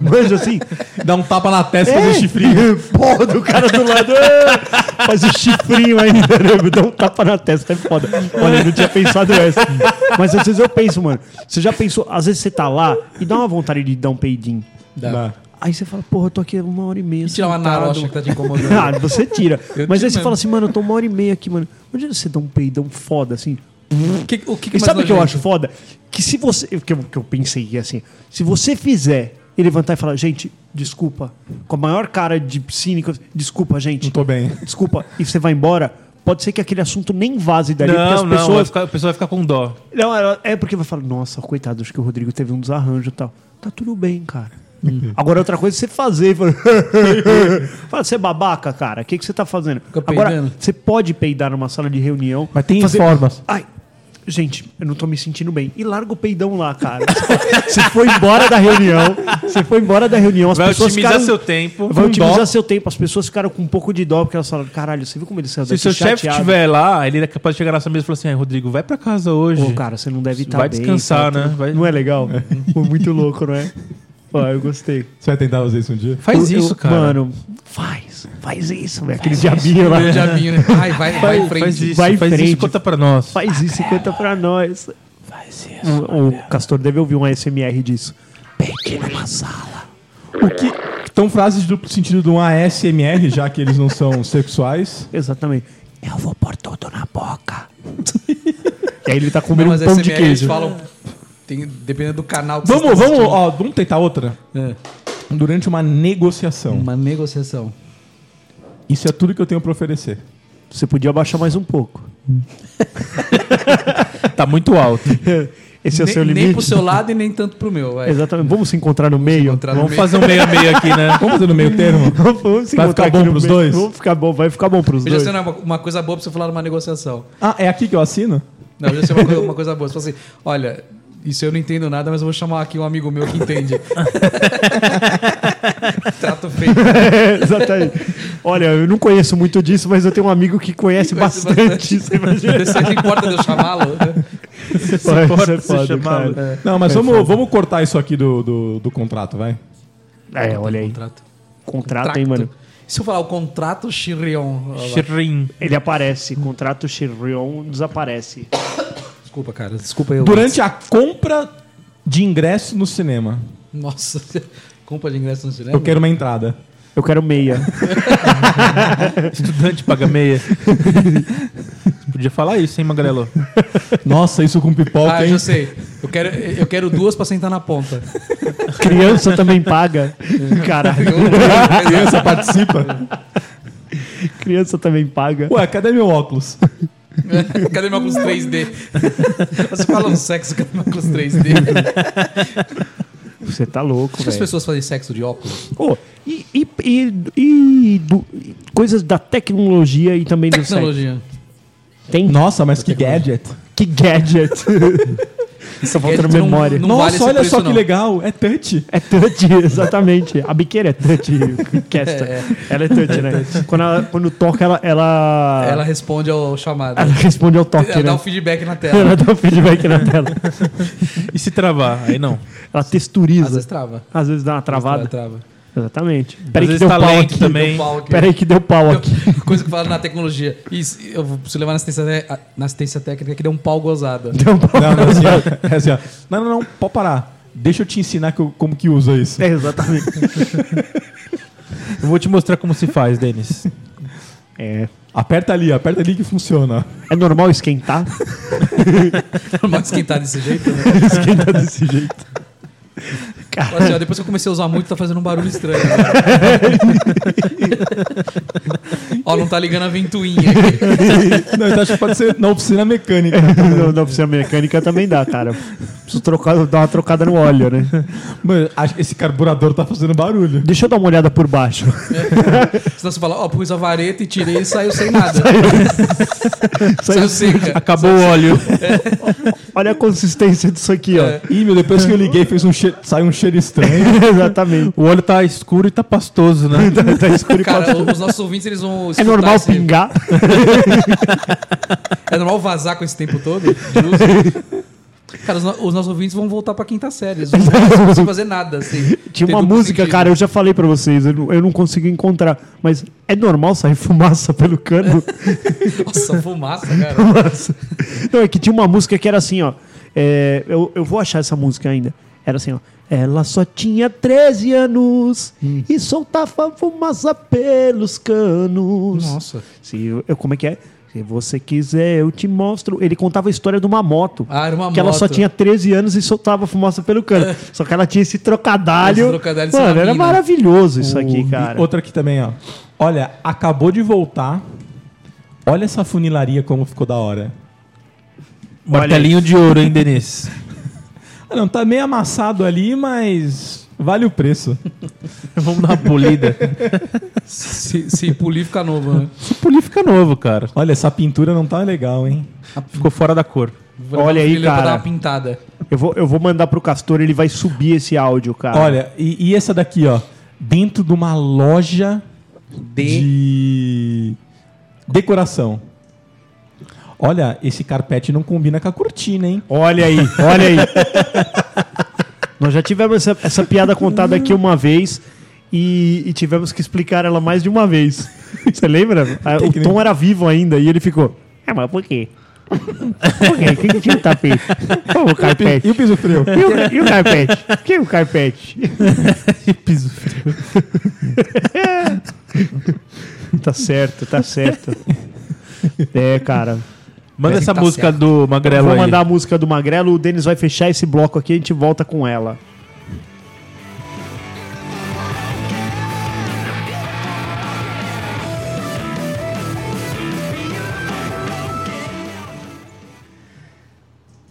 Speaker 6: Manja assim.
Speaker 3: Dá um tapa na testa do chifrinho.
Speaker 6: Porra, do cara do lado. é, Faz o chifrinho ainda, né? Dá um tapa na testa, é foda. Olha, eu não tinha pensado essa. Mas às vezes eu penso, mano. Você já pensou, às vezes você tá lá e dá uma vontade de dar um peidinho.
Speaker 4: Dá.
Speaker 6: Aí você fala, porra, eu tô aqui uma hora e meia.
Speaker 4: Tirar uma
Speaker 6: sentado.
Speaker 4: narocha que tá te incomodando.
Speaker 6: Ah, você tira.
Speaker 4: Eu tiro
Speaker 6: Mas aí você
Speaker 4: mesmo.
Speaker 6: fala assim, mano, eu tô uma hora e meia aqui, mano. Onde você dá um peidão foda assim?
Speaker 4: O que, o que, que
Speaker 6: E
Speaker 4: mais
Speaker 6: sabe o que eu acho
Speaker 4: nojento?
Speaker 6: foda? Que se você. Que eu, que eu pensei que é assim. Se você fizer e levantar e falar, gente, desculpa, com a maior cara de cínico, desculpa, gente.
Speaker 3: Não tô bem.
Speaker 6: Desculpa, e você vai embora, pode ser que aquele assunto nem vaze dali, porque as
Speaker 5: Não, não. vai
Speaker 6: pessoas.
Speaker 5: ficar- a pessoa vai ficar com dó.
Speaker 6: Não, ela- é porque vai falar, nossa, coitado, acho que o Rodrigo teve um desarranjo e tal. Tá tudo bem, cara.
Speaker 3: Uhum.
Speaker 6: Agora, outra coisa é você fazer. Fala, fala, você é babaca, cara. O que, que você tá fazendo?
Speaker 4: Fica
Speaker 6: Agora,
Speaker 4: peidando.
Speaker 6: você pode peidar numa sala de reunião.
Speaker 3: Mas tem formas.
Speaker 6: Ai, gente, eu não tô me sentindo bem. E larga o peidão lá, cara. você foi embora da reunião. Você foi embora da reunião. As
Speaker 5: Vai
Speaker 6: pessoas
Speaker 5: otimizar
Speaker 6: ficaram-
Speaker 5: seu tempo.
Speaker 6: Vai
Speaker 5: Com
Speaker 6: otimizar
Speaker 5: dó.
Speaker 6: seu tempo. As pessoas ficaram com um pouco de dó, porque elas falaram, caralho, você viu como ele saiu
Speaker 5: Se
Speaker 6: daqui
Speaker 5: seu chefe
Speaker 6: chateado?"
Speaker 5: estiver lá, ele é capaz de chegar na sua mesa e falar assim: "Ai, Rodrigo, vai pra casa hoje.
Speaker 6: Pô, cara, você não deve estar
Speaker 5: vai
Speaker 6: bem.
Speaker 5: descansar,
Speaker 6: tá?
Speaker 5: né? Vai-
Speaker 6: Não é legal? Foi muito louco, não é? Ó, eu gostei.
Speaker 3: Você vai tentar fazer isso um dia?
Speaker 5: Faz
Speaker 6: Eu- eu-
Speaker 5: isso, cara.
Speaker 6: Mano, faz. Faz isso, velho. Aquele diabinho lá.
Speaker 4: Eu já vi, né? Ai, vai, vai em frente.
Speaker 5: Faz isso,
Speaker 6: Vai em
Speaker 5: faz
Speaker 6: frente.
Speaker 5: isso, conta pra nós.
Speaker 6: Faz isso e canta pra nós. Faz isso. O, o Castor deve ouvir um ASMR disso. Pequena uma sala.
Speaker 3: O que. Então, frases de duplo sentido de um ASMR, já que eles não são sexuais.
Speaker 6: Exatamente. Eu vou pôr tudo na boca. e aí ele tá comendo
Speaker 4: Não, mas
Speaker 6: um pão de
Speaker 4: SMR eles
Speaker 6: queijo.
Speaker 4: falam. tem- dependendo do canal que
Speaker 3: Vamos,
Speaker 4: vocês
Speaker 3: vamos,
Speaker 4: estão
Speaker 3: ó, vamos tentar outra?
Speaker 4: assistindo.
Speaker 3: É. Durante uma negociação.
Speaker 4: Uma negociação.
Speaker 3: Isso é tudo que eu tenho pra oferecer.
Speaker 6: Você podia abaixar mais um pouco.
Speaker 5: Tá muito alto.
Speaker 6: Esse é o
Speaker 4: nem,
Speaker 6: seu
Speaker 4: nem
Speaker 6: limite.
Speaker 4: pro seu lado e nem tanto pro meu. vai.
Speaker 6: Exatamente. Vamos se encontrar no meio.
Speaker 4: Encontrar no
Speaker 5: Vamos
Speaker 4: meio.
Speaker 5: fazer um meia-meia aqui, né?
Speaker 3: Vamos fazer no meio termo?
Speaker 6: Vamos se
Speaker 3: Vai
Speaker 6: encontrar
Speaker 3: ficar
Speaker 6: aqui
Speaker 3: bom
Speaker 6: no
Speaker 3: pros
Speaker 6: meio.
Speaker 3: dois?
Speaker 6: Vamos ficar bom, vai ficar bom pros
Speaker 4: Eu já
Speaker 6: dois.
Speaker 4: sei uma, uma coisa boa pra você falar numa negociação.
Speaker 3: Ah, é aqui que eu assino?
Speaker 4: Não, eu já sei uma coisa, uma coisa boa. Você fala assim: olha, isso eu não entendo nada, mas eu vou chamar aqui um amigo meu que entende. Trato feito.
Speaker 6: É Exatamente. Olha, eu não conheço muito disso, mas eu tenho um amigo que conhece
Speaker 4: Conheço
Speaker 6: bastante. Você imagina?
Speaker 4: Você não importa de eu chamá-lo? né?
Speaker 6: Isso
Speaker 5: importa
Speaker 6: é
Speaker 5: se
Speaker 6: foda,
Speaker 5: chamá-lo?
Speaker 6: cara.
Speaker 3: Não, mas vamos, vamos cortar isso aqui do, do, do contrato, vai.
Speaker 6: É, olha aí.
Speaker 4: Contrato.
Speaker 6: Contrato, hein, mano?
Speaker 4: Se eu falar o contrato Chirion.
Speaker 5: Xirrim.
Speaker 6: Ele aparece. Contrato Chirion desaparece.
Speaker 4: Desculpa, cara. Desculpa eu.
Speaker 3: Durante a compra de ingresso no cinema.
Speaker 4: Nossa, compra de ingresso no cinema?
Speaker 3: Eu quero uma entrada.
Speaker 6: Eu quero meia.
Speaker 5: Estudante paga meia. Podia falar isso, hein, Magrelo?
Speaker 3: Nossa, isso com pipoca,
Speaker 4: Ah,
Speaker 3: hein?
Speaker 4: eu sei. Eu quero, eu quero duas pra sentar na ponta.
Speaker 6: Criança também paga. Caralho.
Speaker 3: Criança participa.
Speaker 6: Criança também paga.
Speaker 3: Ué, cadê meu óculos?
Speaker 4: É. cadê meu óculos 3D? Você fala um sexo, cadê meu óculos 3D?
Speaker 6: Você tá louco,
Speaker 4: As
Speaker 3: É.
Speaker 6: velho.
Speaker 4: pessoas fazem sexo de óculos.
Speaker 6: Ô, e, e, e- e do- e coisas da tecnologia e também do
Speaker 4: Tecnologia.
Speaker 6: sexo. Tem
Speaker 3: Nossa, mas que gadget.
Speaker 6: que gadget. Tá faltando
Speaker 4: Gadget é um não-
Speaker 6: memória.
Speaker 4: não- vale
Speaker 3: Nossa,
Speaker 4: esse
Speaker 3: olha
Speaker 4: preço,
Speaker 3: só que
Speaker 4: não.
Speaker 3: legal. É touch.
Speaker 6: É touch, exatamente. A biqueira é touch, Kesta. Ela é touch, né? Quando, ela- quando toca, ela, ela,
Speaker 4: Ela responde ao chamado.
Speaker 3: é
Speaker 6: ela responde ao toque,
Speaker 4: Ela
Speaker 6: né?
Speaker 4: dá um feedback na tela.
Speaker 6: Ela dá um feedback na tela.
Speaker 5: E se travar? Aí não.
Speaker 6: Ela
Speaker 4: Às vezes
Speaker 6: texturiza.
Speaker 4: trava.
Speaker 6: Às vezes dá uma travada.
Speaker 4: Ela trava.
Speaker 6: Exatamente.
Speaker 5: Às
Speaker 6: Peraí que
Speaker 5: vezes
Speaker 6: deu
Speaker 5: tá
Speaker 6: pau
Speaker 5: lento
Speaker 6: aqui.
Speaker 5: também.
Speaker 4: Pau aqui.
Speaker 6: Peraí que deu pau aqui.
Speaker 4: Coisa que fala na tecnologia. Isso, eu vou- preciso levar na assistência, te- na assistência técnica que deu um pau gozada.
Speaker 3: Não, não, assim, ó. É assim, ó. Não, não, não, pode parar. Deixa eu te ensinar que eu- como que usa isso.
Speaker 6: É, exatamente.
Speaker 5: Eu vou te mostrar como se faz, Denis.
Speaker 6: É.
Speaker 3: Aperta ali, aperta ali que funciona.
Speaker 6: É normal esquentar?
Speaker 4: Normal esquentar desse jeito, né?
Speaker 6: Esquentar desse jeito.
Speaker 4: Fala assim, ó, depois que eu comecei a usar muito, tá fazendo um barulho estranho. agora. ó, não tá ligando a ventoinha aqui.
Speaker 3: Não, então acho que pode ser na oficina mecânica.
Speaker 6: Não, na oficina mecânica também dá, cara. Preciso trocar, dar uma trocada no óleo, né?
Speaker 3: Mano, acho que esse carburador tá fazendo barulho.
Speaker 6: Deixa eu dar uma olhada por baixo.
Speaker 4: Senão você fala, ó, pus a vareta e tirei e saiu sem nada. saiu seca.
Speaker 5: Acabou o óleo.
Speaker 6: Olha a consistência disso aqui, ó.
Speaker 4: É.
Speaker 3: Ih, meu, depois que eu liguei, fez um cheiro, saiu um cheiro estranho.
Speaker 6: Exatamente.
Speaker 5: O óleo tá escuro e tá pastoso, né?
Speaker 6: Tá, tá escuro e
Speaker 4: Cara,
Speaker 6: pode-
Speaker 4: o- os nossos ouvintes, eles vão
Speaker 6: É
Speaker 4: escutar
Speaker 6: normal
Speaker 4: esse-
Speaker 6: pingar?
Speaker 4: É normal vazar com esse tempo todo? de uso? Cara, os, no- os nossos ouvintes vão voltar pra quinta série. Eles vão- eles não conseguem fazer nada, assim.
Speaker 6: Tinha
Speaker 4: Ter
Speaker 6: uma
Speaker 4: duplo
Speaker 6: música,
Speaker 4: sentido.
Speaker 6: cara, eu já falei pra vocês, eu não, eu não consigo encontrar. Mas é normal sair fumaça pelo cano?
Speaker 4: Nossa, fumaça, cara.
Speaker 6: Nossa. Não, é que tinha uma música que era assim, ó. É, eu, eu vou achar essa música ainda. Era assim, ó. Ela só tinha 13 anos
Speaker 4: Hum.
Speaker 6: e soltava fumaça pelos canos.
Speaker 4: Nossa.
Speaker 6: Se eu, eu- como é que é? Se você quiser, eu te mostro. Ele contava a história de uma moto.
Speaker 4: Ah, era uma
Speaker 6: que ela só
Speaker 4: moto. É.
Speaker 6: tinha 13 anos e soltava fumaça pelo cano. Só que ela tinha esse trocadalho.
Speaker 4: Esse trocadalho de
Speaker 6: Mano,
Speaker 4: ser uma
Speaker 6: era
Speaker 4: mina.
Speaker 6: maravilhoso isso aqui,
Speaker 3: E
Speaker 6: cara.
Speaker 3: Outra aqui também, ó. Olha, acabou de voltar. Olha essa funilaria como ficou da hora.
Speaker 5: Martelinho de ouro, hein, Denis?
Speaker 3: Ah, não, tá meio amassado ali, mas vale o preço.
Speaker 5: Vamos dar uma polida.
Speaker 4: Se, se polir, fica novo, né?
Speaker 5: Se polir, fica novo, cara.
Speaker 3: Olha, essa pintura não tá legal, hein?
Speaker 5: Ficou fora da cor.
Speaker 4: Vou levar
Speaker 6: Olha
Speaker 4: o
Speaker 6: aí,
Speaker 4: filho Pra
Speaker 6: cara.
Speaker 4: dar uma pintada.
Speaker 6: Eu, vou, eu vou mandar pro Castor, ele vai subir esse áudio, cara.
Speaker 3: Olha, e, e essa daqui, ó. Dentro de uma loja de decoração. Olha, esse carpete não combina com a cortina, hein?
Speaker 6: Olha aí, olha aí. Nós já tivemos essa, essa piada contada aqui uma vez e, e tivemos que explicar ela mais de uma vez. Você lembra? Ah, O Tom era vivo ainda e ele ficou. É, mas por quê? Por quê? Quem tinha o tapete? Como o
Speaker 3: E o
Speaker 6: carpete?
Speaker 3: piso frio?
Speaker 6: E o, e o carpete? Quem é o carpete?
Speaker 5: Piso frio.
Speaker 6: Tá certo, tá certo. É, cara.
Speaker 5: Manda
Speaker 4: Tem
Speaker 5: essa
Speaker 4: que tá
Speaker 5: música
Speaker 4: certo.
Speaker 5: do Magrelo
Speaker 6: Vou
Speaker 5: aí.
Speaker 6: mandar a música do Magrelo, o Denis vai fechar esse bloco aqui e a gente volta com ela.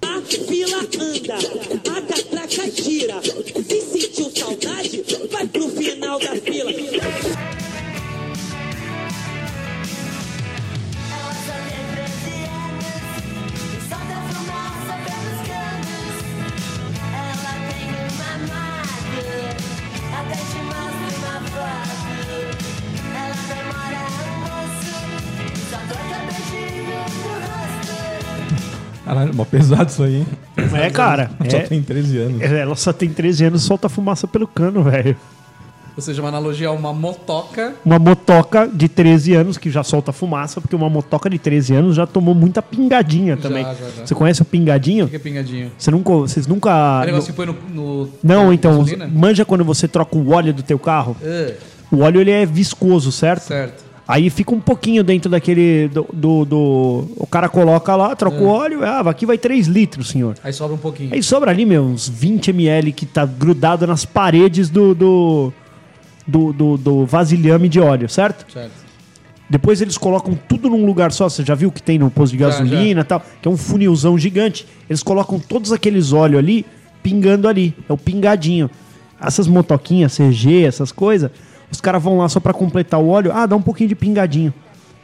Speaker 7: A fila anda, a catraca gira. Se sentiu saudade, vai pro final da fila.
Speaker 8: Elas são depresianas e soltam fumaça pelos canos. Ela tem uma máquina, até te mostra uma foto. Ela namora um moço, só troca beijinho pro rosto.
Speaker 3: Caralho, mó pesado isso aí, hein?
Speaker 6: É, cara.
Speaker 3: Só
Speaker 6: é-
Speaker 3: tem 13 anos.
Speaker 6: Ela só tem 13 anos e solta fumaça pelo cano, velho.
Speaker 4: Ou seja, uma analogia a uma motoca.
Speaker 6: Uma motoca de 13 anos que já solta fumaça, porque uma motoca de 13 anos já tomou muita pingadinha também.
Speaker 4: já, já.
Speaker 6: Você conhece o pingadinho?
Speaker 4: Fica é pingadinho.
Speaker 6: Você nunca, vocês nunca.
Speaker 4: É o negócio que põe no. no-
Speaker 6: Ah, Não,
Speaker 4: na
Speaker 6: então,
Speaker 4: gasolina?
Speaker 6: manja quando você troca o óleo do teu carro.
Speaker 4: É,
Speaker 6: O óleo ele é viscoso, certo?
Speaker 4: certo.
Speaker 6: Aí fica um pouquinho dentro daquele. Do, do- do- o cara coloca lá, troca
Speaker 4: É.
Speaker 6: o óleo, ah, aqui vai 3 litros, senhor.
Speaker 4: Aí sobra um pouquinho.
Speaker 6: Aí sobra ali, meu, uns 20 ml que tá grudado nas paredes do. do do, do, do vasilhame de óleo, certo?
Speaker 4: Certo.
Speaker 6: Depois eles colocam tudo num lugar só. Você já viu que tem no posto de gasolina e tal? Que é um funilzão gigante. Eles colocam todos aqueles óleos ali, pingando ali. É o pingadinho. Essas motoquinhas, CG, essas coisas, os caras vão lá só pra completar o óleo. Ah, dá um pouquinho de pingadinho.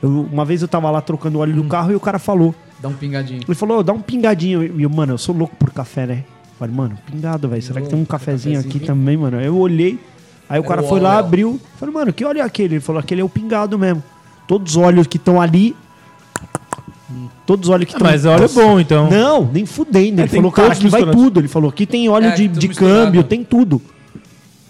Speaker 6: Eu- uma vez eu tava lá trocando o óleo do carro e o cara falou.
Speaker 4: Dá um pingadinho.
Speaker 6: Ele falou, "Ô, dá um pingadinho. E eu, mano, eu sou louco por café, né? Eu Falei, mano, pingado, velho. Será que tem um cafezinho aqui também, mano? Eu olhei, aí o cara
Speaker 4: o
Speaker 6: foi lá,
Speaker 4: óleo.
Speaker 6: abriu. Falei, mano, que óleo é aquele? Ele falou, aquele é o pingado mesmo. Todos os óleos que estão ali. Todos os óleos que estão
Speaker 5: Mas óleo é bom, então.
Speaker 6: Não, nem fudendo. Ele
Speaker 5: tem
Speaker 6: falou, cara,
Speaker 5: todos
Speaker 6: aqui vai
Speaker 5: misturados.
Speaker 6: tudo. Ele falou, aqui tem óleo
Speaker 4: É,
Speaker 6: de,
Speaker 4: tudo
Speaker 6: de
Speaker 4: misturado.
Speaker 6: câmbio, tem tudo.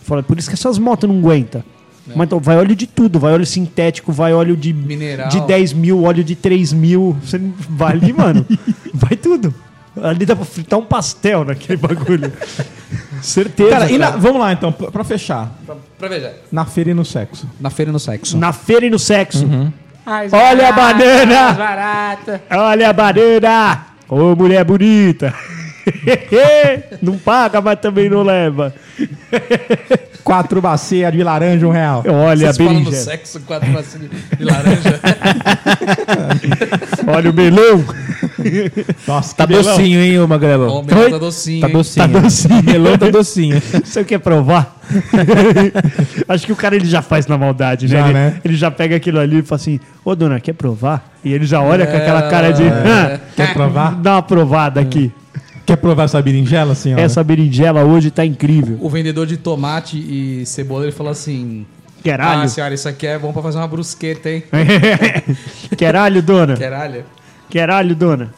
Speaker 6: Falei, por isso que essas motos não aguentam.
Speaker 4: É.
Speaker 6: Mas então, vai óleo de tudo, vai óleo sintético, vai óleo de
Speaker 4: Mineral.
Speaker 6: de 10 mil, óleo de 3 mil. Você não- vai ali, mano. vai tudo. Ali dá pra fritar um pastel naquele bagulho. Certeza.
Speaker 3: Cara, e na-
Speaker 6: cara.
Speaker 3: vamos lá então, pra pra fechar.
Speaker 4: Pra, pra veja.
Speaker 3: Na feira e no sexo.
Speaker 4: Na feira e no sexo.
Speaker 6: Na feira e no sexo.
Speaker 3: Uhum.
Speaker 6: Olha a banana! Olha a banana! Ô, mulher bonita! não paga, mas também não leva.
Speaker 3: Quatro bacias de laranja, um real.
Speaker 6: Olha a
Speaker 4: Vocês falam do
Speaker 6: berinjela.
Speaker 4: sexo, quatro vacilos de laranja.
Speaker 6: Olha o melão.
Speaker 3: Nossa,
Speaker 5: Tá
Speaker 3: que melão.
Speaker 5: docinho, hein, ô Magrelão?
Speaker 4: Homem, tá docinho.
Speaker 5: Tá
Speaker 4: hein?
Speaker 5: docinho. Tá docinho. Melão tá docinho.
Speaker 6: Você quer é provar? Acho que o cara ele já faz na maldade, né?
Speaker 3: Já,
Speaker 6: ele,
Speaker 3: né?
Speaker 6: ele já pega aquilo ali e fala assim: Ô dona, quer provar? E ele já olha com aquela cara de. "Ah,
Speaker 3: Quer É. provar?
Speaker 6: Dá uma provada aqui.
Speaker 3: Quer provar essa berinjela, senhora?
Speaker 6: Essa berinjela hoje tá incrível.
Speaker 4: O vendedor de tomate e cebola, ele falou assim... Ah,
Speaker 6: Queralho.
Speaker 4: senhora, isso aqui é bom pra fazer uma brusqueta, hein?
Speaker 6: Queralho, dona.
Speaker 4: Caralho.
Speaker 6: Queralho, dona.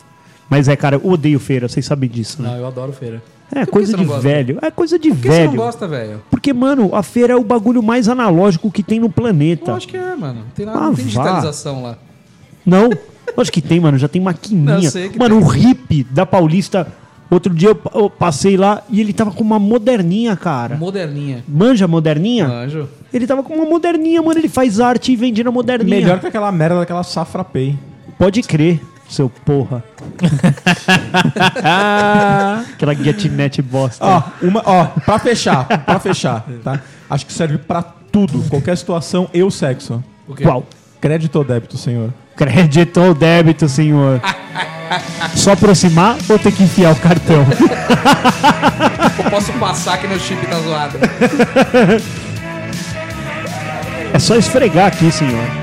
Speaker 6: Mas é, cara, eu odeio feira, vocês sabem disso, né?
Speaker 4: Não, eu adoro feira.
Speaker 6: É
Speaker 4: que
Speaker 6: coisa
Speaker 4: você não
Speaker 6: de
Speaker 4: gosta?
Speaker 6: velho. É coisa de
Speaker 4: Por que você
Speaker 6: velho.
Speaker 4: não gosta, velho?
Speaker 6: Porque, mano, a feira é o bagulho mais analógico que tem no planeta.
Speaker 4: Eu acho que é, mano. Não tem, nada,
Speaker 6: Então. Ah,
Speaker 4: não tem
Speaker 6: vá.
Speaker 4: digitalização lá.
Speaker 6: Não? Acho que tem, mano. Já tem maquininha.
Speaker 4: Não, eu sei que
Speaker 6: mano,
Speaker 4: tem.
Speaker 6: o hippie da Paulista. Outro dia eu, pa- eu passei lá e ele tava com uma moderninha, cara.
Speaker 4: Moderninha.
Speaker 6: Manja moderninha?
Speaker 4: Anjo.
Speaker 6: Ele tava com uma moderninha, mano. Ele faz arte e vende na moderninha.
Speaker 3: Melhor que aquela merda daquela safra pay.
Speaker 6: Pode crer, seu porra. Aquela guiatinete bosta.
Speaker 3: Ó, uma, ó, pra fechar, pra fechar, tá? Acho que serve pra tudo, qualquer situação e o sexo.
Speaker 4: O quê?
Speaker 6: Qual?
Speaker 3: Crédito ou débito, senhor?
Speaker 6: Crédito ou débito, senhor? Só aproximar ou ter que enfiar o cartão?
Speaker 4: Eu posso passar que meu chip tá zoado.
Speaker 6: É só esfregar aqui, senhor.